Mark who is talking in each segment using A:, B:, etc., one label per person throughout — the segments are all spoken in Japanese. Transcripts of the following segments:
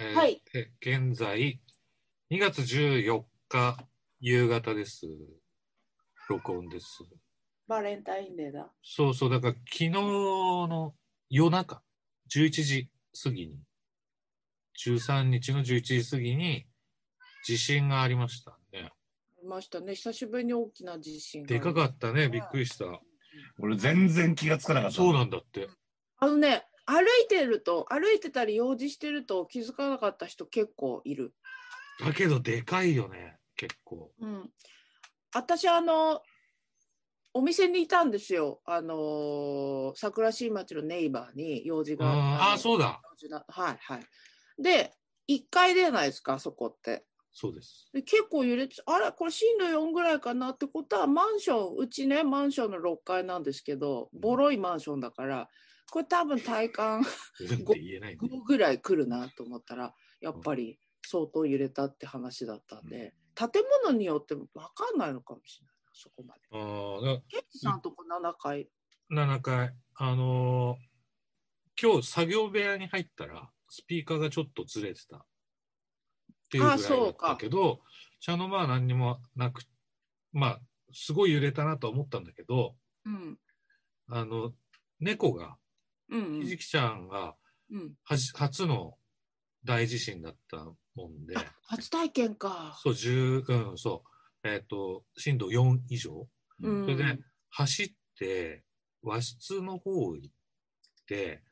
A: えー
B: はい
A: で現在、2月14日夕方です。録音です。
B: バレンタインデーだ。
A: そうそう、だから昨日の夜中、11時過ぎに、13日の11時過ぎに、地震がありましたね。
B: いましたね。久しぶりに大きな地震が。
A: でかかったね、びっくりした。
C: 俺全然気がつかなかった。
A: そうなんだって。
B: あのね、歩いてると、歩いてたり用事してると気づかなかった人結構いる。
A: だけど、でかいよね、結構。
B: うん。私、あの、お店にいたんですよ。あのー桜新町のネイバーに用事
A: うん
B: が。
A: ああ、
B: う。
A: そうだ。
B: 用事なはいはい。で、1階じゃないですか、あそこって。
A: そうです。
B: で結構揺れてあれこれ震度4ぐらいかなってことはマンションうちねマンションの6階なんですけどボロいマンションだからこれ多分体感
A: うんって言えないんで
B: 5ぐらい来るなと思ったらやっぱり相当揺れたって話だったんで建物によっても分かんないのかもしれないなそこまで。
A: あーだか
B: ケンチさんとこ7階
A: ら7階、あのー今日作業部屋に入ったら、スピーカーがちょっとずれてた。っていうぐらい
B: あそ
A: だ
B: う
A: っ
B: か
A: たけど、茶の間は何にもなく、まあ、すごい揺れたなとは思ったんだけど、
B: うん
A: あの、猫が、
B: うん
A: ひじきちゃんが
B: うんうん
A: はじ、初の大地震だったもんで、
B: あ初体験か。
A: そう、十、うん、そう、えっ、と、震度4以上。
B: うん
A: それで走って和室の方行って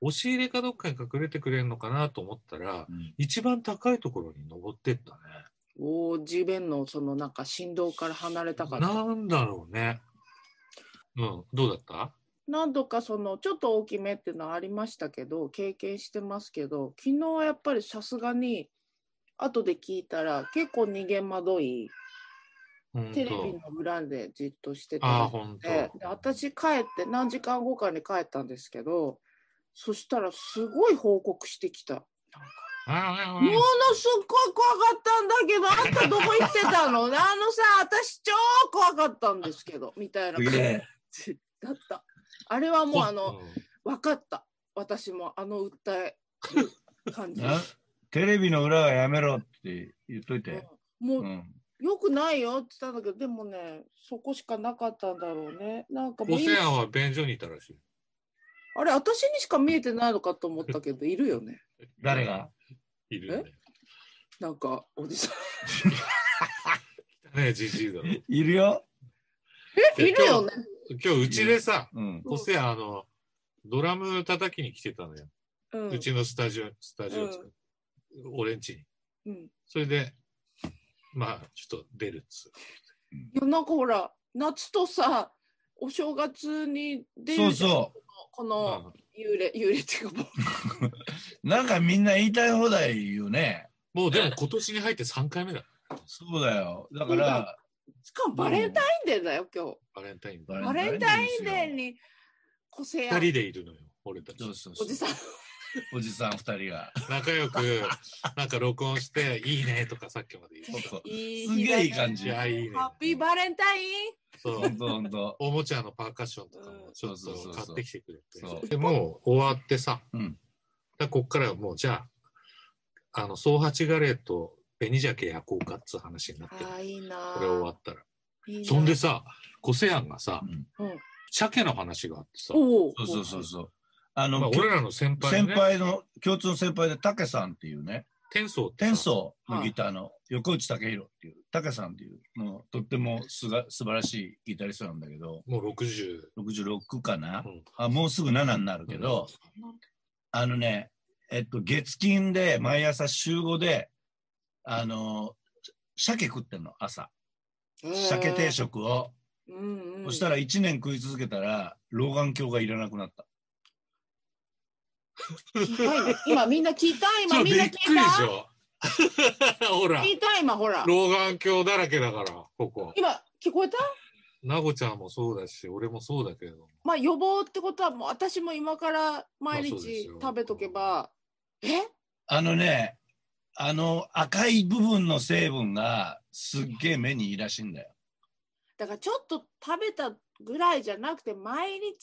A: 押し入れかどっかに隠れてくれるのかなと思ったら
C: うん
A: 一番高いところに登ってったね
B: おお地面のそのなんか振動から離れたかった。
A: なんだろうねうんどうだった
B: 何度かそのちょっと大きめっていうのはありましたけど経験してますけど昨日はやっぱりさすがに後で聞いたら結構逃げ惑い
A: うん
B: テレビ
A: と
B: の裏でじっとして
A: ああ
B: た
A: 本当
B: でで私帰って何時間後かに帰ったんですけどそしたらすごい報告してきた。
A: ああ
B: ものすっごい怖かったんだけど、あんたどこ行ってたの あのさ、私超怖かったんですけど、みたいな
C: す
B: 感
C: げえ。
B: じだった。あれはもうあの、
A: うん
B: 分かった私もあの訴え る感じ
C: なテレビの裏はやめろって言っといて。
B: も
C: う。
B: うん良くないよって言ったんだけどでもねそこしかなかったんだろうねなんかも
A: ホ
B: う
A: セアンは便所にいたらしい
B: あれ私にしか見えてないのかと思ったけどいるよね
C: 誰が
A: いるよね
B: なんかおじさん
A: ねじじいだろ
C: いるよ。
B: えいるよね
A: 今日うちでさ
C: うん。
A: ホセアンあのドラム叩きに来てたのよ
B: うん
A: うちのスタジオ、スタジオ、俺んちに。
B: うん
A: それで、まあ、ちょっと出るっつう。
B: いやなんかほら夏とさお正月に出
C: そう
B: るじゃん
C: そ
B: この幽霊幽霊っていうかも
C: う。なんかみんな言いたい放題言うね。
A: もうでも今年に入って3回目だ。
C: そうだよ。だから、
B: うしかもバレンタインデーだよ今日
A: バレンタイン
C: バ
A: だ。
B: バレンタインデーに個性
A: 2
B: あ
A: 人
B: る
A: でいるのよ、俺たち
C: そ。うそうそ
B: お
C: う
B: じさん
C: おじさん二人が。
A: 仲良く、なんか録音して、いいねとかさっきまで言
C: そう
A: って
C: そう。
B: い
C: すげえいい感
A: た。
C: じ
A: い。や、いいね。
B: ハッピーバレンタイ
A: そ
C: ほ
A: うん
C: とほんと。
A: おもちゃのパーカッションとかもちょっ
C: そうそうそ
A: と
C: うそ
A: 買
C: う
A: ってきてくれ
C: そ
A: て。
C: う
A: でもう終わってさ、
C: うん。
A: だからこっからはもうじゃあ、あの、ソーハチガレーと紅鮭焼こうかっつう話になって
B: ン
A: る。
B: ああ、いいなぁ
A: これ終わったら。
B: いいなぁ
A: そんで、さ、コセアンがさ
C: う、ん
B: うん、
A: 鮭の話があってさ、
B: おお
C: そうそうそうそう。あ
A: まあ、
C: の、
A: 俺らの先輩
C: 先
A: のね、
C: 輩の、共通の先輩で、たけさんっていうね。
A: 天宗ってさ
C: 天宗のギターの横内武宏っていう、武さんっていう、もうとってもすが素晴らしいギタリストなんだけど、
A: もう60、
C: 66かな、
A: うん
C: あもうすぐ7になるけど、あのね、えっと、月金で毎朝週5で、あの、鮭食ってんの、朝。鮭定、食を。
B: うんうん、
C: そしたら1年食い続けたら、老眼鏡がいらなくなった。
B: 聞いた今今みんな聞いた
A: ちょ
B: 今
A: っとび
B: みんな聞
A: っ
B: い
A: くりでしょ ほ
B: た
A: ら
B: 聞いた今ほら
A: 老眼鏡だらけだからここ
B: 今聞こえた
A: なごちゃんもそうだし俺もそうだけれども
B: まあ予防ってことはもう私も今から毎
A: まあそうです
B: 日
A: よ
B: 食べとけば、え
C: あのね、あの赤い部分の成分がすっげえ目にいいらしいんだよ。
B: だからちょっと食べたぐらいじゃなくて毎日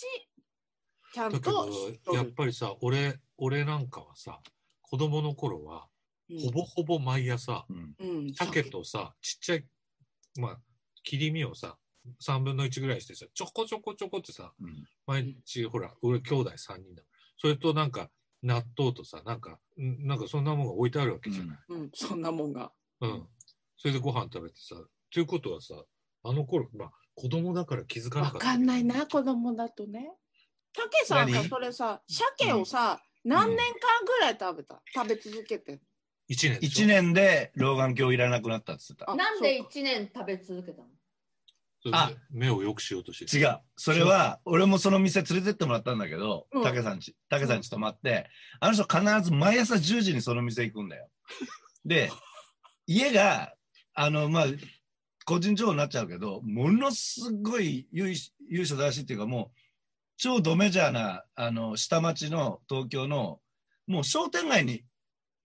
B: ち
A: だ
B: ゃん
A: け
B: と
A: どやっぱりさ俺俺なんかはさ子供の頃は、
B: うん
A: ほぼほぼ毎朝、
C: うん。
B: うん、
A: 鮭とさ、ちっちゃい、まあ、切り身をさ、3分の1ぐらいしてさ、ちょこちょこちょこってさ、
C: うん。
A: 毎日、ほら、俺兄弟3人だ。それとなんか、納豆とさ、なんか、んなんかそんなもんが置いてあるわけじゃない。
B: うん、そんなもんが。
A: うん。それでご飯食べてさ、ということはさ、あの頃、まあ、子供だから気づかな
B: わ
A: かったけど。
B: かんないな、子供だとね。たけさんが
C: 何
B: それさ、鮭をさ、何年間ぐらい食べた食べ続けて。
A: 1年でしょ
C: 1。年で老眼鏡いらなくなったって言ってた。
B: あ
D: なんで
B: そうか
D: 1年食べ続けたの
A: それで
C: あ
A: 目を良くしようとして
C: 違う。それは、俺もその店連れてってもらったんだけど
B: うん、
C: 竹さんち、竹さんち泊まって、あの人必ず毎朝10時にその店行くんだよ。で、家が、あの、まあ、個人情報になっちゃうけど、ものすごい由緒由緒正しいっていうかもう、超ドメジャーな、あの、下町の東京の、もう商店街に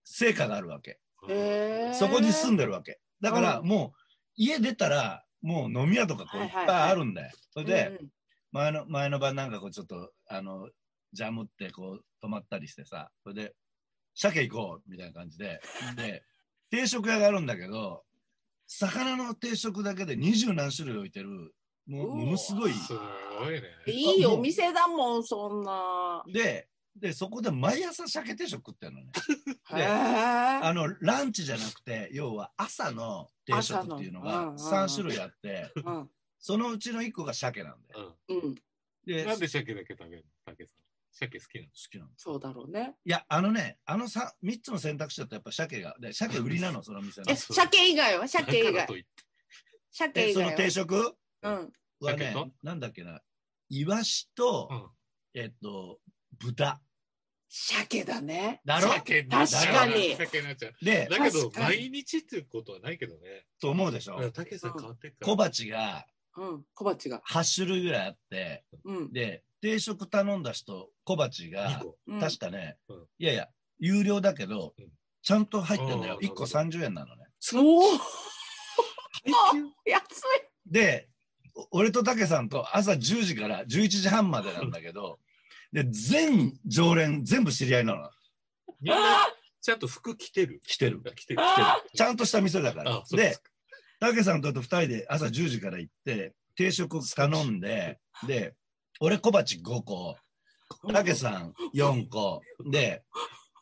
C: 成果があるわけ。
B: へー
C: そこに住んでるわけ。だから
B: う
C: もう家出たらもう飲み屋とかこう
B: はいいは
C: っぱ
B: い
C: い
B: はい
C: あるんだよ。それ
B: うん
C: で
B: うん
C: 前の前の晩なんかこうちょっとあのジャムってこう泊まったりしてさ、それで鮭行こうみたいな感じで。で、定食屋があるんだけど、魚の定食だけで二十何種類置いてる、も
B: う
C: う
B: わ
C: ものすごい。
A: すごいね。
B: いいお店だもん、そんな。
C: で、で、そこで毎朝鮭定食食ってるのね。
B: へえ。
C: あの、ランチじゃなくて、要は朝の定食っていうの
B: 朝のうんうんう
C: が
B: ん
C: 3種類あって、
B: うん
C: そのうちの1個が鮭なんだよ。
A: う
B: うん、
A: ん。
C: で、
A: なん
C: 好
A: で鮭だけ食べるの鮭さん。鮭好きなの
C: きなの。
B: そうだろうね。
C: いや、あのね、あの 3, 三つの選択肢だとやっぱ鮭が、で鮭売 りなの、その店の
B: え、。
A: そう
B: 鮭以外は鮭以
A: だから
B: 外
A: と。いって
B: 鮭
C: で、
B: 以
C: そ
B: 外
C: の
B: は。
C: 定食
B: うん。
C: は
A: 鮭
C: ね
A: と、
C: なんだっけな、イワシと、
A: うん
C: えっと、豚。
B: 鮭だね。
C: だろ
A: 鮭に
B: 確
C: か
B: に
A: 鮭になっちゃう。
C: で、
A: だけど
B: 確、かに
A: 毎日っていうことはないけどね。
C: と思うでしょ。
A: たけさん変わってっから。
C: 小鉢が
B: うん。小鉢が。
C: 8種類ぐらいあって、
B: うん。
C: で、定食頼んだ人、小鉢
A: 二
C: が、
A: 個
B: うん
C: 確かね、
A: うん
C: いやいや、有料だけど、
A: うん
C: ちゃんと入ってんだよ
A: あ。ー
C: 1個30円なのね。
B: おお、
A: 配給
B: 安
C: で、お俺と竹さんと朝10時から11時半までなんだけど、で、全常連、全部知り合いなの。
A: みんな、ちゃんと服着てる。
C: 来てる。
A: あ着てる。
B: あ
A: 着てる
C: ちゃんとした店だから
A: あ。そうで
C: で、
A: すか
C: 竹さんとと2人で朝10時から行って、定食頼んで、で、俺小鉢5個、竹さん4個、で、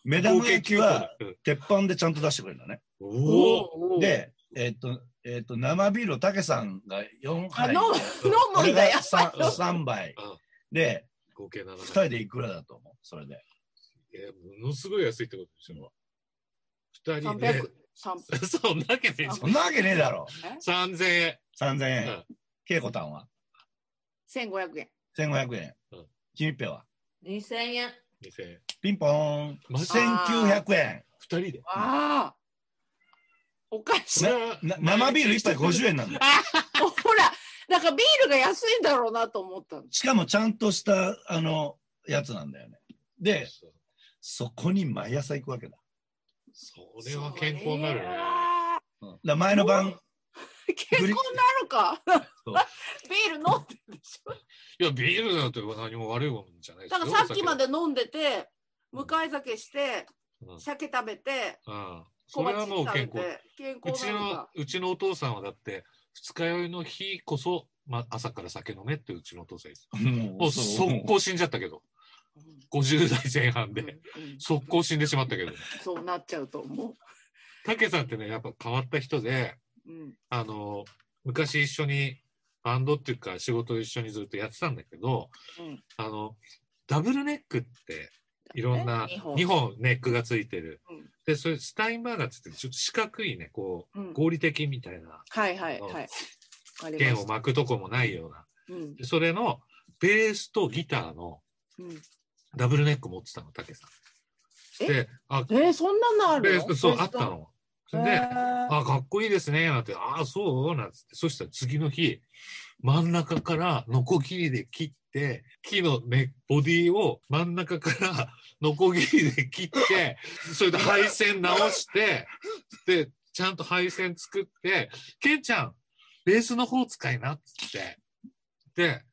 C: 目
A: 合
C: 玉
A: 計
C: 焼き
A: 9個
C: は
A: だ。うん
C: 鉄板でちゃんと出してくれるのね。
B: い。
A: おお。
B: おー、
C: で、えっ、と、えっ、と、生ビールをたけさんが4杯。
B: あ飲む飲むんだよ
A: ぱり
C: 3, 杯。
A: あ
C: で、
A: 合計7
C: 2
A: 人。
C: 人でいくらだと思うそれで。
A: えーものすごい安いってことでしょ。二人
B: 三
A: で
B: 百。三
A: そんなわけねえじ
C: そんなわけねえだろ。
A: ゃん。3000円。
C: 3000
A: う
C: 円
A: ん。
C: けいこたんは
B: 千五百円。
C: ?1500 円
A: うん。
C: きみっぺは
D: ?2000 円。
A: 2000円。
C: ピンポーン。
A: マジ
C: 1900円。
A: 二人で。
B: ああ。おかしい。
A: それは
C: な生ビール1杯50円なんだよ。
B: ほら、だからビールが安いんだろうなと思ったの。
C: しかもちゃんとした、あの、やつなんだよね。で、
A: そう
C: そこに毎朝行くわけだ。
A: そうそれは健康になるね
B: それ。は
C: だから前の晩、
B: 健康になるか。
C: そう
B: ビール飲んでるでしょ。
A: いや、ビールなんて何も悪いもんじゃないですよ
B: だからさっきまで飲んでて、向かい酒して、
A: お酒うん
B: 鮭食べて、
A: うん。そ
B: 小
A: れは
B: 鉢
A: もう
B: 食べ
A: 健康。
B: て、健
A: う
B: 康
A: ち
B: なの
A: の
B: か。、
A: うちのお父さんはだって、二日酔いの日こそ、ま、朝から酒飲めってうちのお父さんです。も
C: も
A: う速攻死んじゃったけど、50代前半
B: うん
A: で、
B: うん
A: 速攻死んでしまったけど、
B: そうなっちゃうと思
A: たけさんってね、やっぱ変わった人で、
B: う。うん。
A: あの、昔一緒にバンドっていうか仕事を一緒にずっとやってたんだけど、
B: うん
A: あの、ダブルネックって、いろんな
B: ね二本
A: 2本ネックがついてる
B: うん。
A: で、それスタインバーガーって言って、ちょっと四角いね、こ
B: う
A: う、
B: ん
A: 合理的みたいな、
B: はいはいはい。あり
A: 弦
B: ま
A: を
B: す。
A: 巻くとこもないような。
B: うん
A: でそれの、ベースとギターの
B: うん。
A: ダブルネック持ってたの、たけさん。
B: え
A: で、あ、
B: えー、そんなのあ
A: ベ
B: る
A: ー
B: の
A: ス、そう、あった。の。
B: へー
A: で、あ、かっこいいですね、なんて、ああ、そう、なんつって、そしたら次の日、真ん中からノコギリで切って、木のね、ボディを真ん中から ノコギリで切って、それで配線直して、で、ちゃんと配線作って、ケンちゃん、ベースの方使いな、っつって。で、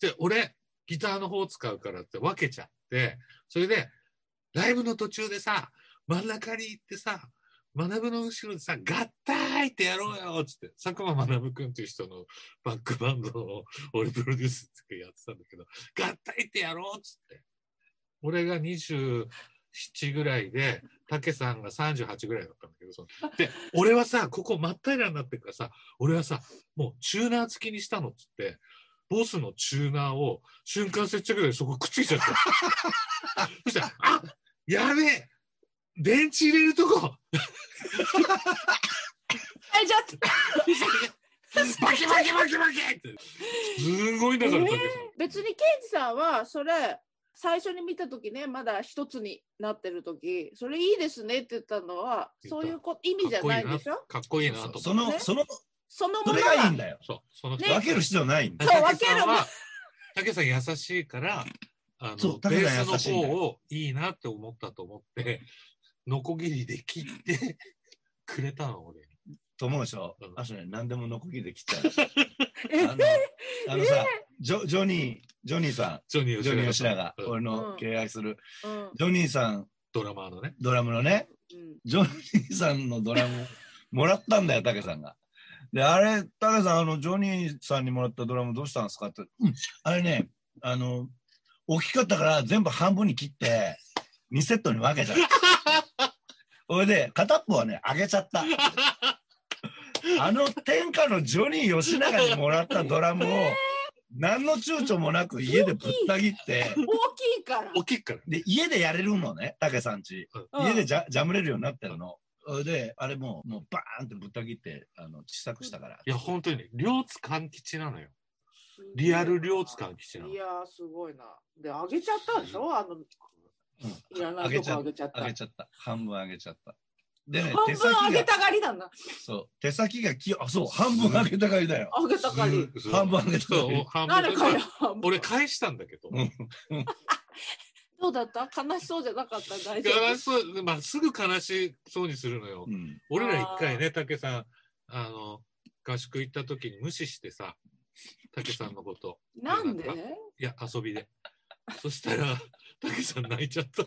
A: で、俺、ギターの方使うからって分けちゃって、それで、ライブの途中でさ、真ん中に行ってさ、学ぶの後ろでさ、合体ってやろうよっつって、佐久間学くんっていう人のバックバンドの俺プロデュースってやってたんだけど、合体ってやろうっつって。俺が27ぐらいで、竹さんが38ぐらいだったんだけど、そので、俺はさ、ここ真っ平らになってるからさ、俺はさ、もうチューナー付きにしたのっつって、ボスのチューナーを瞬間接着剤でそこくっついちゃった。そしたら、あやべえ電池入れるとこ
E: え、じゃあ、
A: バキバキバキバキって。すごいだから、
B: えー
A: 竹さん
B: 別に刑事さんはそれ最初に見た時ねまだ一つになってる時それいいですねって言ったのは
A: 言った
B: そういうこ意味じゃないでしょ
A: かっこいいな
C: そ
A: と
C: う
A: 思
C: そう
A: って。
C: その、その、
B: その
C: そ
B: もの
C: れがいいん
B: は
C: だよ。
A: そう、その
B: ね
C: 分ける必要ないんだよ。
B: そう
A: 竹さん
B: 分
A: は、竹さん優しいから、あの、
C: そう
A: ベ
C: 竹
A: ー
C: さん優
A: ス
C: しい
A: の
C: んだよ
A: 方をいいなって思ったと思って、 ノコギリで切ってくれたの、俺に。
C: と思うでしょ
A: うん。
C: あとね、何でもノコギリで切っちゃうでしょ。
B: え
C: あのあのさ、ジョジョニー、ジョニーさ
A: ジョニ
C: ん、
A: ー
C: ジョニー吉
A: 吉永
C: 永、
A: うん
C: 俺
B: う
C: の
B: ん
C: 敬愛する、
B: うん
C: ジョニーさん、
A: ドラマーのね。
C: ドラムのね、
B: うん
C: ジョニーさんのドラムをもらったんだよ、タケさんが。で、あれ、タケさん、あの、ジョニーさんにもらったドラムどうしたんですかって、うん、あれね、あの、大きかったから全部半分に切って、2セットに分けちゃった。それで、片っぽはね、あげちゃった。あの天下のジョニー吉永にもらったドラムを、何の躊躇もなく家でぶった切って、
B: 大きいから
A: 大きいから。
C: で、家でやれるのね、タケさんち。
B: うん
C: 家でじゃジャムれるようになってるの。で、あれもう、もうバーンってぶった切って、あの、小さくしたから。
A: いや、本当に、両津勘吉なのよ。リアル両津勘吉なの
B: い。やーすごいなであげちゃったでしょあのいらないとこあげちゃった
C: あげちゃった。半分あげちゃった。でね、手
B: 半分あ
C: 先
B: げ
C: が、
B: たがりなんだ
C: そう、手先がき、あ、そう、半分あげたがりだよ。
B: あげたがり
A: す
C: 半分あげたが
A: そう
C: り。
A: 半
B: 誰
A: 分
B: かよ
A: 俺返したんだけど。
C: うん
B: どうだった悲しそうじゃなかった大丈
A: 悲しそう、まあ、すぐ悲しそうにするのよ。
C: うん。
A: 俺ら一回ね、竹さん、あの、合宿行った時に無視してさ、竹さんのこと、
B: 夫なんで
A: いや、遊びで。そしたら、竹さん泣いちゃった。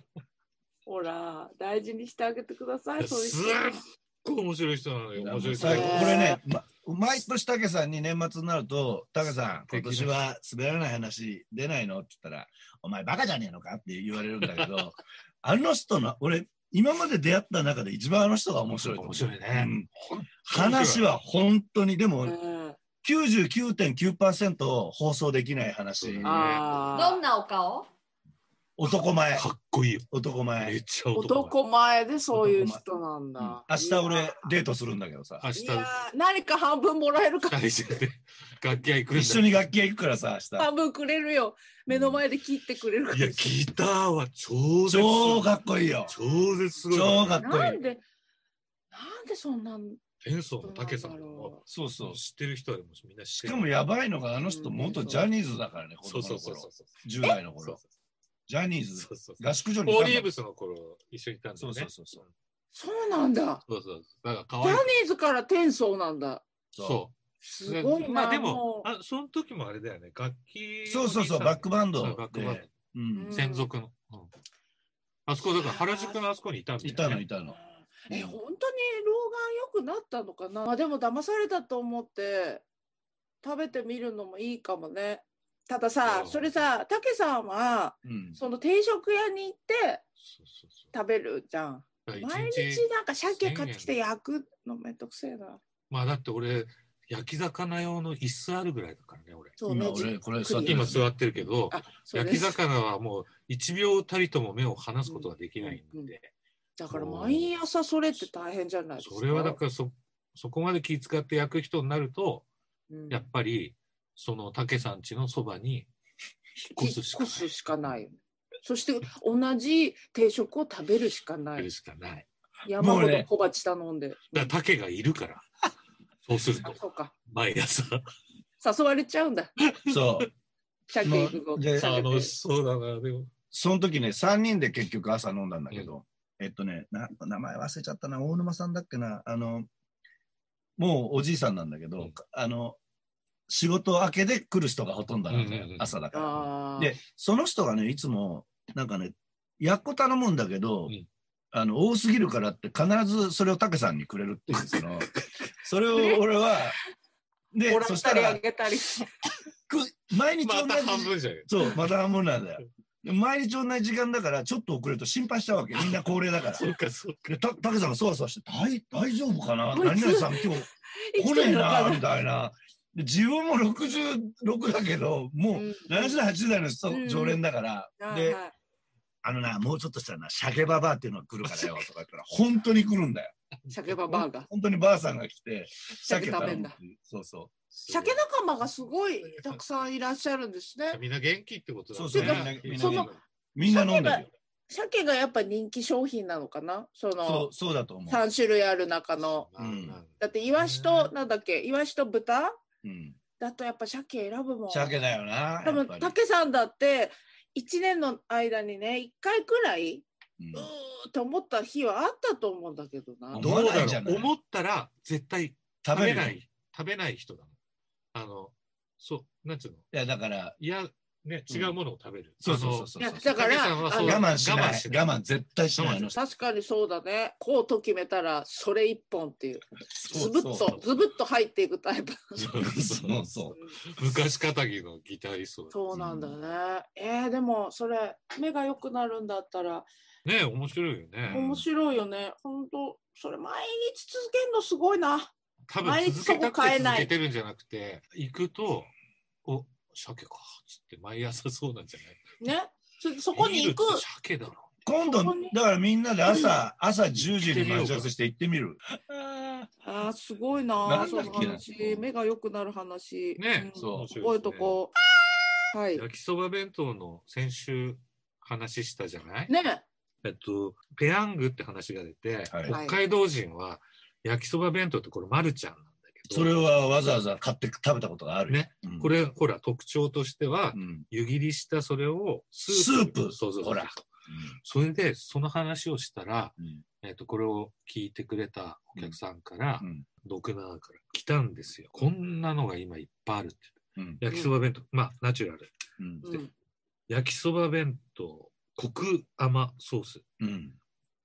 B: ほら大事にしてあげてくださいそういう
A: すっ
B: 人
A: ごい面白い人なのよ、面白い人
C: 最
B: 後
C: 高これね、ま、毎年タケさんに年末になると、タケさん、
A: 素
C: 今
A: 敵だ
C: 年は滑らない話出ないのって言ったら、お前バカじゃねえのかって言われるんだけ ど、あの人の、俺、今まで出会った中で一番あの人が面白いと思う。
A: 面白いね
C: うん話は本当に、で
B: う
C: も
B: ん
C: 99.9%放送できない話。
A: そうだね
D: ど
B: あ
D: んなお顔
C: 男前、
A: かっこいいよ。
C: 男前。
A: め
C: う
A: っ
C: ん
A: ちゃ
B: ー
A: 男前。
B: 男前でそういう人なん
C: 明
B: だ
C: 日俺デートするんだけどさ、
A: 明
B: い
A: 日
B: や、ー何か半分もらえるか
A: 大事で楽器屋行くんだ。
C: 一緒に楽器屋行くからさ、明日。
B: 半分くれるよ目の前で切ってくれるか
A: いや、ギターは超絶。
C: 超かっこいいよ。
A: 超絶すごいから。
C: 超かっこ
B: ない
C: い
B: ん
C: い。
B: でなんでそんなん
A: 演奏の竹さんも
C: そうそう。
A: 知ってる人はもうみんな知っ
C: して
A: る。
C: かもやばいのが、あの人元ジャニーズだからね、子
A: そう
C: 供
A: そ
C: の
A: うそう
C: 頃
A: そう。。
C: 10代の
A: そう
C: 頃。ジャニーズ
A: そ、うそう。
C: 合宿所にい
A: オー
C: たんだ
A: リーブスの頃一緒にいたんだ
C: そ
A: よ
C: う
A: ね。
C: そうそうそう。
B: そうなんだ
A: そうそう。だから
B: ジ
A: 可
B: ャニ
A: 愛い。
B: ーズから転送なんだ
A: そ
B: す
A: う。
B: ごいな、
A: まあで
B: も
A: も、
B: う
A: あその時もあれだよね。楽器。
C: そうそうそう、バックバンド
A: バ
C: で。
A: ックバン
C: う
B: うん
A: ド。専属の。うんあそこだから原宿のあそこにいたんだよね
C: いたの、いたの。
B: え本当に老眼良くなったのかな、まあ、でも騙されたと思って食べてみるのもいいかもねたださ
A: うん
B: それさたけさんは
C: うん。
B: その定食屋に行って
A: そうそうそう
B: 食べるじゃん
A: だから
B: 毎
A: 一
B: 日
A: 日、
B: なんか鮭買ってきて
A: 1000
B: 焼くのめんどくせえな
A: まあだって俺、焼き魚用の椅子あるぐらいだからね、俺。
B: そう
C: 今
B: ね
C: 俺、
B: じ
C: これ座ってる
A: 今座ってるけど、
B: あそう
A: 焼
B: で
A: き
B: す
A: 魚はもう1秒たりとも目を離すことができない
B: うんん
A: で、
B: だから毎朝それって大変じゃないですか
A: それはだからそ、そこまで気遣って焼く人になると、
B: うん
A: やっぱり、その竹さん家のそばに引っ越すしか
B: 引っ越すしかないよねそして同じ定食を食べるしかな
A: ない。
B: い
A: しかない。
B: 山
C: も
B: ほ
C: う
B: ど
C: ね
B: 小鉢頼んで、
A: だから竹がいるから、そうする
B: あ
A: と、
B: そうか
A: 毎朝。
B: 誘われちゃうんだ
C: そう。
B: 鮭行くぞ
C: もうで
B: 鮭
A: 楽しそうだな、でも。
C: その時ね、3人で結局朝飲んだんだけど、えっとね、な名前忘れちゃったな、大沼さんだっけな、あの、もうおじいさんなんだけど、
A: うん
C: あの、仕事明けで来る人がほとんどなんだ
A: う
C: よ、
A: んうんうん
C: 朝だから。
B: あー
C: で、その人がね、いつも、なんかね、やっこ頼むんだけど、
A: うん
C: あの多すぎるからって必ずそれを武さんにくれるっていうそ のそれを俺はで
B: もら
C: そ
B: っ
C: したた
B: りあ
C: ら
B: げたり。
C: く毎日同
A: ま
C: じ、
A: た半分じゃん。
C: そうまた半分なんだよで毎日同じ時間だからちょっと遅れると心配したわけみんな高齢だから
A: そうか、そうか。
C: でた武さんがそわそわして大大丈夫かな
B: こい
C: 何
B: つ
C: 々さん今日
B: 生き
C: 来
B: て
C: ねえ
B: んのか
C: な
B: な
C: みたいなで自分も66だけどもう
B: うん
C: 70代80代の人、
B: うん
C: 常連だから、
B: はい
C: で、
B: はい
C: あのなもうちょっとしたらなシャケババアっていうのが来るからよとか言ったら本当に来るんだよ
B: 鮭ババアが。
C: 本当にばあさんが来て鮭
B: 鮭食べんだ
C: 頼むっていうそうそう
B: 鮭仲間がすごいたくさんいらっしゃるんですね。
A: みんな元気ってことだね。
C: そう
B: そう
C: みんな
B: その
C: みんな飲んでるよ
B: 鮭がやっぱ人気商品なのかなそ
C: そ
B: の
C: うそうだと思う、
B: 3種類ある中の。
C: うん
B: だってイワシと、なんだっけ、イワシと豚
C: うん、
B: だとやっぱ鮭選ぶもん。
C: 鮭だよ
B: 多
C: なやっ
B: 分
C: ぱり
B: 竹さんだって1年の間にね1回くらい
C: うん
B: うーって思った日はあったと思うんだけどな。
A: ど
C: 思
A: う
C: わな
A: だ
C: いじゃ
A: ろ。
C: ないう
A: 思ったら、絶対
C: 食
A: 食
C: べ
A: べ
C: るよ
A: ないい、食べない人だもん。あの、そう、なんつうの。
C: やだから
A: いや、ね、違うものを食べる。
C: そうそうそうそう
B: いやだか
A: 竹
B: ら
A: さんは
B: あ
A: そう
B: の
C: 我慢しない
A: 我
C: 我
A: 慢
C: 慢
A: しない
C: 絶対しないの
B: 確かにそうだね。こうと決めたらそれ一本っていう。
C: そ
B: ズ
C: う
B: ブ
C: そう
B: ッとズブッと入っていく タイプ。
C: そうそう
A: 昔かたぎのギタリストだ。
B: そうなんだね。えー、でもそれ目が良くなるんだったら
A: ね面白いよね。
B: 面白いよね。本当それ毎日続けるのすごいな。
A: 多
B: 毎
A: 分
B: 日
A: 続けた
B: そこ
A: く
B: 変
A: て
B: えな
A: 続け
B: い
A: てるんじゃなくて、行くと、お、鮭か、つって毎朝そうなんじゃない
B: ね。そそこに行く。
A: ビールって鮭だろ。
C: 今度だからみんなで朝朝10時に待ち合わせして行ってみる
B: あーすごいな。
C: なんだっけな
B: その話目が良くなる話。
A: ね
B: うん
C: そう
A: 面白いですね
B: こういうとこ。はい。
A: 焼きそば弁当の先週話したじゃない、
B: ね。
A: えっと、ペヤングって話が出て、
C: はい
A: 北海道人は焼きそば弁当ってこれ丸ちゃんなんだけど、
C: それはわざわざ買って食べたことがあるよ
A: ね、
C: うん
A: これほら特徴としては、
C: うんうん
A: 湯切りしたそれをス
C: スープ
A: そうそうそうそう
C: ほら
A: それでその話をしたら、
C: うん
A: えっとこれを聞いてくれたお客さんから、
C: うん
A: 毒なから来たんですよこんなのが今いっぱいあるって
C: うん
A: 焼きそば弁当、まあナチュラル
C: うん
B: うん
A: 焼きそば弁当コク甘ソース
C: うん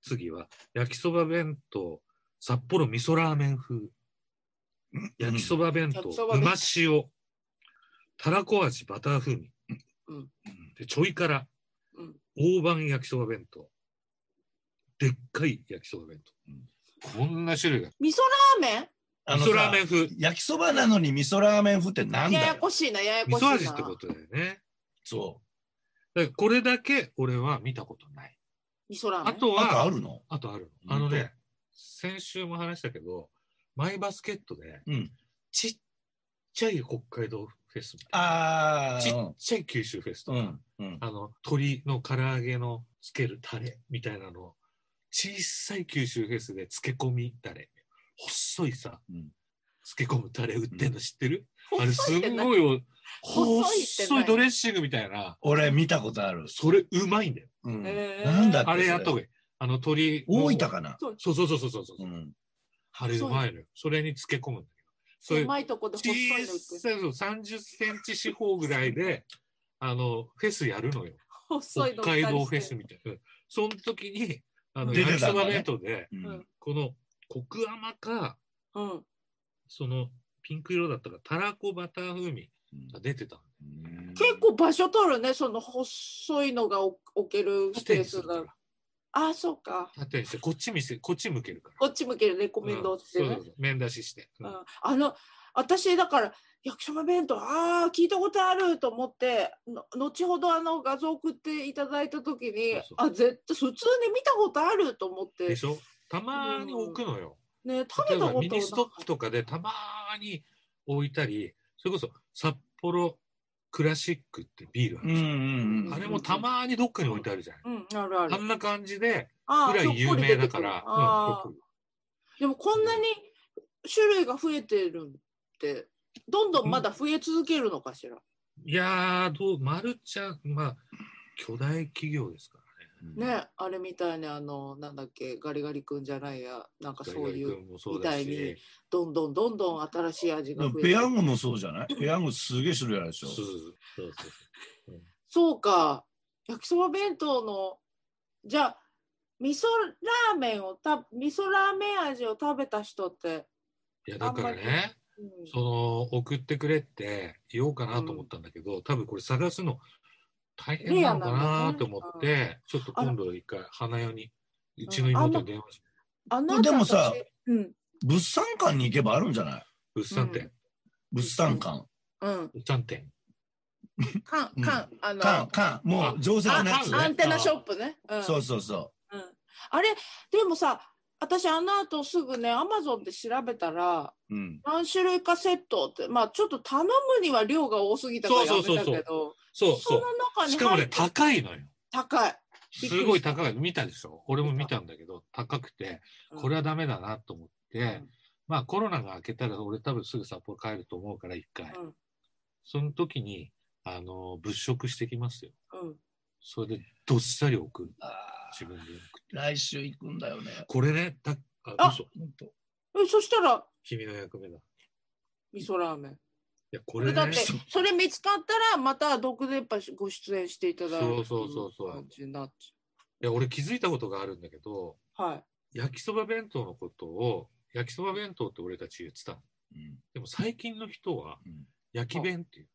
A: 次は焼きそば弁当札幌味噌ラーメン風焼きそば弁
B: 焼
A: 当
B: きそば
A: う
B: 弁
A: ま塩たらこ味バター風味、
B: うん
A: でちょいから
B: うん
A: 大判焼きそば弁当でっかい焼きそば弁当、こんな種類が
B: 味噌ラーメ
C: あの
A: 味噌
C: さ
A: ラーメン風
C: 焼きそばなのに味噌ラーメン風ってなん
B: ン。や
C: だ
B: や
C: よ
B: こしいな。やや
A: 味
B: こしい
A: 噌
B: な。
A: 味ってことだよね
C: そ
A: だからこれだけ俺は見たことない
B: 味噌ラーメ
A: あ
B: ン。
A: と
C: うなんかあ
A: は
C: るの
A: あとある
C: うん
A: あのね先週も話したけどマイバスケットで
C: うん
A: ちっちゃい北海道フェスみたいな
C: あ
A: ちっ
C: あ
A: ちゃい九州フェスと
C: う
A: か、
C: んうん
A: あの、鶏の唐揚げのつけるタレみたいなのを、小さい九州フェスで漬け込みタレ。細いさ、
C: うん
A: 漬け込むタレ売ってんの知ってる、あれす
B: 細いって
A: ん
B: な
A: ごいよ、
B: 細いってな
A: 細
B: い
A: いドレッシングみたいな、
C: 俺見たことある
A: それうまいんだよ。
C: うん
B: へー
C: なんだ
A: あれやっと
C: そ
A: け。あの鶏の。
C: 大分かな
A: そうそうそうそうそうそう、
C: うん
A: あれうまいのよ。それに漬け込むんだけど。そういう
B: 狭いとこで細
A: 小
B: いの行く。
A: さい、そう30センチ四方ぐらいで、あの、フェスやるのよ。
B: 細いの
A: 北海道フェスみたいな。その時に、あの、
C: 出
A: 焼
C: て
A: き
C: た
A: そ
C: んだ
A: ば
C: ね
A: 弁当で、
C: う
B: うん
C: ん
A: この、コク甘か、
B: うん。
A: その、ピンク色だったか、たらこバター風味が出てたの。
C: うん
B: 結構場所取るね。その細いのが置置けるス
A: 縦
B: ペ
A: に
B: ー
A: す
B: ス
A: るか
B: が
A: ら。。
B: あ、そうか。
A: 縦にして、こっち見せ、こっち向けるから。
B: こっち向けるレコメンドして
A: うん
B: ね
A: そう。そうそう面出しして。う
B: うんんあの私だから焼きそば弁当ああ聞いたことあると思っての後ほどあの画像送っていただいた時に
A: そうそう
B: あ絶対普通に見たことあると思っ
A: で
B: て
A: しょたまーに置くのよ。
B: ね食
A: 例
B: べ
A: え
B: た
A: ば
B: こ
A: ミニスト
B: と
A: ップとかでたまーに置いたり、それこそ札幌クラシックってビールあ
C: う
A: る
C: ん
A: でしょ
C: うんうん
A: あれもたまーにどっかに置いてあるじゃない、
B: うんあるある
A: あんな感じで、
B: あ
A: ぐ
B: ー
A: らい有名だか
B: ひょっこり出てくる
A: ら、
B: あー
A: うん
B: でもこんなに種類が増えてるってどんどんまだ増え続けるのかしら
A: いやー、どう、マルちゃん、まあ、巨大企業ですからね。
B: ねあれみたいにあのなんだっけガリガリ君じゃないやなんかそう
A: ガリ
B: い
A: ガリ
B: う
A: 君もそうだ
B: みたい
A: し
B: に、どんどんどんどん新しい味
C: で
B: が
C: も
B: 増え
C: ペ
B: て
C: ヤングもそうじゃないペヤングすげえ種類あるでし
A: そ
C: ょ
A: うそうそうそう
B: そうか。焼きそば弁当の、じゃあ、味噌ラーメンをた味噌ラーメン味を食べた人って、
A: いや、だから
B: あんま
A: ね、
B: うん
A: その、送ってくれって言おうかなと思ったんだけど、多分これ探すの大変なのかなと思って、ちょっと今度一回花屋に、うちの妹に電話して、
B: あ
C: これでもさ
B: 私うん
C: 物産館に行けばあるんじゃない
A: 物産展、
C: 物産館。
B: うん
A: 物産展。
B: かんかん、あの
C: 館、館、もう常設のやつ
B: ア
A: あ
B: ン
C: ね。
B: テナショップね、うん、
C: そうそうそ
B: うんあれでもさ私あの後すぐねアマゾンで調べたら
C: う。うん。
B: 何種類かセットってまあちょっと頼むには量が多すぎたからやめたけど
A: そうそうそう
B: そ
A: そうそう。
B: の中に
A: しかも
B: 入っ
A: ね、
B: て
A: 高いのよ。
B: 高い
A: すごい高い。見たでしょ俺も見たんだけど、高くて、これはダメだなと思って、
B: ん
A: まあコロナが明けたら俺多分すぐ札幌帰ると思うから一回、
B: うん
A: その時に、あの、物色してきますよ。
B: うん
A: それでどっさり送る。
C: あー
A: 自分で送って。
C: 来週行くんだよね。
A: これね、たあ、
B: あ
A: 嘘。
C: ほんと
B: えそしたら
A: 君の役目だ。い
B: 味噌ラーメン
A: や、こ
B: こ
A: れ
B: れ
A: ね。
B: だって
C: そう
B: それ見つかったらまた独でやっぱご出演していただく
A: そうそうそうそう
B: 感じになっち
A: いや、俺気づいたことがあるんだけど、
B: ゃうはい
A: 焼きそば弁当のことを、焼きそば弁当って俺たち言ってたの。
C: うん
A: でも最近の人は
C: うん、
A: 焼き弁っていう、
B: え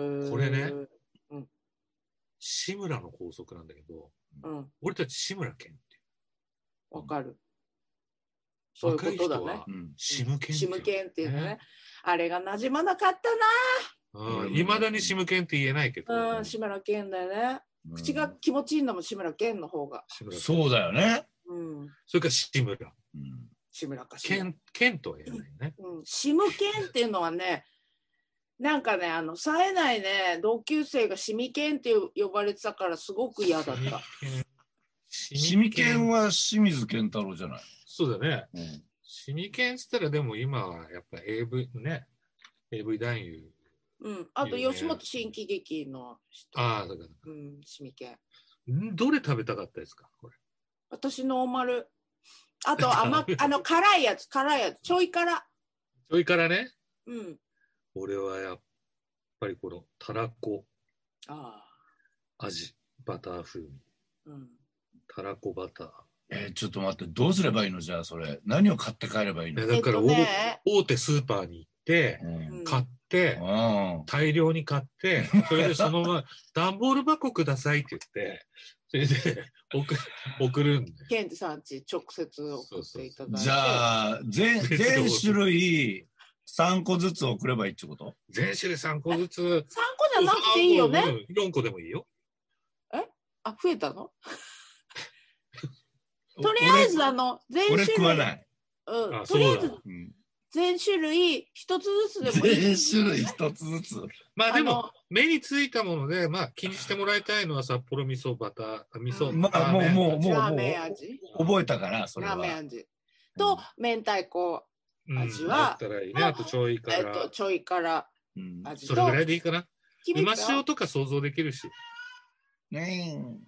B: ー
A: これね志村の法則なんだけど、
B: うん
A: 俺たち志村けんっていう。
B: わかるそういうことだ
A: 若い人
B: ね
A: は
C: うん。
A: シムケン
B: シム
A: ン。
B: ケンっていうのね
A: ね
B: あれが馴染まなかっ
A: いまだにシムケンって言えないけど
B: た、なうん志村けんだよね口が気持ちいいんだもん志村けんの方が
A: 志
C: うん。
A: 村
C: そうだよね。
B: うん
A: それから志村。
C: うん。
B: 志村かし
A: ケ
B: ら
A: ン、ケンとは言えないね。
B: うん、シムケンっていうのはね、なんかね、あの、冴えないね、同級生がシミケンって呼ばれてたからすごく嫌だった。
A: シ
C: シミケン
A: は。
C: は清水健太郎じゃない。
A: そうだね。
C: うん。
A: シミケンっつったらでも今はやっぱ AV ね。AV 男優。
B: うん。あと、
A: いいね
B: 吉本新喜劇の人。
A: ああ、だから。
B: うん、シミケン。
A: んどれ食べたかったですかこれ。
B: 私、ノーマル。あと、甘、あの、辛いやつ、辛いやつ、ちょい辛。
A: それからね、
B: うん。
A: 俺はやっぱりこのたらこ
B: ああ。
A: 味、バター風味、
B: うん。
A: たらこバター。
C: えーちょっと待って、どうすればいいのじゃあ、それ。何を買って帰ればいい
A: い
C: の
A: や
C: う
A: だから
B: えっ
A: 大,、
B: とね
A: 大手スーパーに行って、
C: ん。
A: 買って、
C: うん。
A: 大量に買って、それでそのま ま、段ボール箱くださいって言って、それで送送るんで。
B: ケンジさんち直接送っていただいて。
C: じゃあ、全、
A: 別
C: 全
A: に
C: 種類3個ずつ送ればいいってこと
A: 全種類3個ずつ。
B: 3個じゃなくていいよね。
A: 4個でもいいよ。
B: あ、増えたのとりあえず、あの、全
C: 俺、俺
B: 種
C: 食わ
B: 類。
C: ない。
B: うん。
A: あ
B: とりあえ
A: そう
B: ず
A: だ、
C: うん
B: 全種類一つずつでもいい。
C: 全種類一つずつ。
A: まあで
B: あ
A: も
B: の、
A: 目についたもので、まあ気にしてもらいたいのは札幌味噌バター、味噌。
C: まあ、もう、もう、もう、
B: ラー
C: も
B: メン味
C: う、覚えたから、それ
B: ラーメン
C: は。
B: 味と明太子、
A: うん
B: 味は
A: だったらいいね。あとちょいか
B: えっ
A: ら
B: と。ちょい辛
C: うん
B: 味
A: そ
B: と
A: れぐらいでいいかな。
B: きび
A: 今
B: だ
A: 塩とか想像できるし。
C: ねえ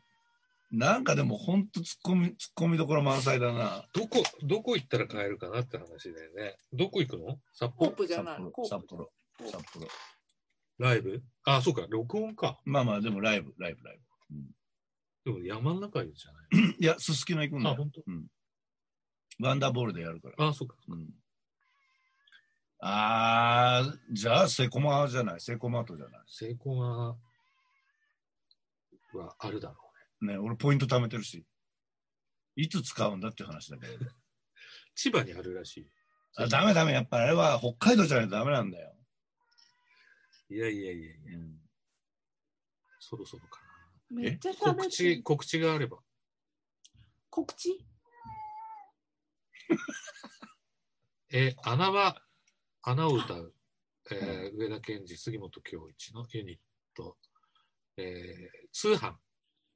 C: なんかでも、ほんと、ツッコミ、ツッコミどころ満載だな。
A: どこ、どこ行ったら買えるかなって話だよね。どこ行くの札
B: コー
A: 幌
B: プじゃ
C: 札
B: ないコー
C: 幌、札
B: プ
C: 幌、札幌。
A: ライブあ、そうか、録音か。
C: まあまあ、でも、ライブ、ライブ、ライ
A: でも山の中いるじゃない。
C: ブ。いや、すすきの行くんだ
A: あ、
C: よ。
A: 本当。
C: ワンダーボールでやるから。
A: あ、そうか。
C: うんあー、じゃあ、セコマじゃない、セコマートじゃな
A: 成功は、はあるだろう。
C: い。ね、俺ポイント貯めてるし。いつ使うんだっていう話だけど。
A: 千葉にあるらしい。
C: あダメダメ、やっぱあれは北海道じゃないとダメなんだよ。
A: いやいやいやいや、
C: うん
A: そろそろか
B: めっちゃ
A: な。
B: 食べ
A: 告
B: て
A: 知、
B: る
A: 告知があれば。
B: 告知
A: えー穴は、穴を歌う、えー上田健二、杉本京一のユニット、えー通販、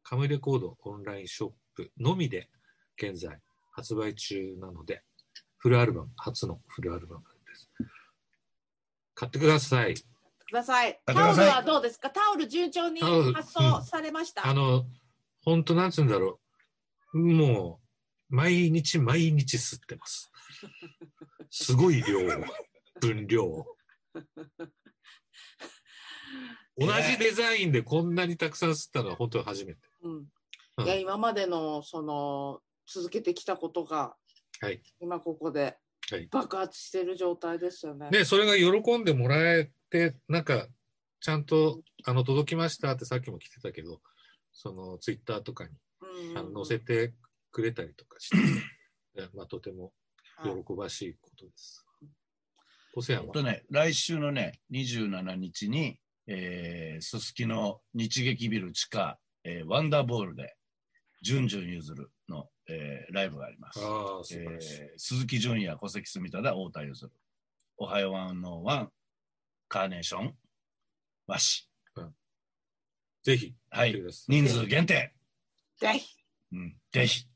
A: カムレコードオンラインショップのみで、現在発売中なので、フルアルバム、初のフルアルバムです。買ってください。
B: ください
C: 買
B: タ
C: って
B: オ
C: くだ
B: ル
C: さい
B: はどうですかタオル順調に
A: タオル
B: 発送されました、
A: あの、本当なんつうんだろう。もう、毎日毎日吸ってます。すごい量を、分量 を。同じデザインでこんなにたくさん吸ったのは本当に初めて。
B: うん、
A: うん
B: いや今までのその続けてきたことが、
A: はい
B: 今ここで
A: はい
B: 爆発してる状態ですよね。
A: ね、それが喜んでもらえて、なんか、ちゃんと、あの、届きましたってさっきも来てたけど、その、ツイッターとかに
B: うん
A: あの載せてくれたりとか して、えまあ、とても
B: は
A: 喜
B: い
A: ばしいことです。お世話
C: えっ
A: は
C: とね、来週のね、27日に、えー、すすきの日劇ビル地下、えーワンダーボールで、ジュンジュンゆずるの、えーライブがあります。
A: ああ、素
C: え
A: 晴らしい。
C: ー鈴木純也、小関住田太田ゆずる。おはようワンのワン、カーネーション、和紙。
A: ぜひ、
C: はい
A: 来てくださ
C: 人数限定。
B: ぜひ
C: うん、ぜひ。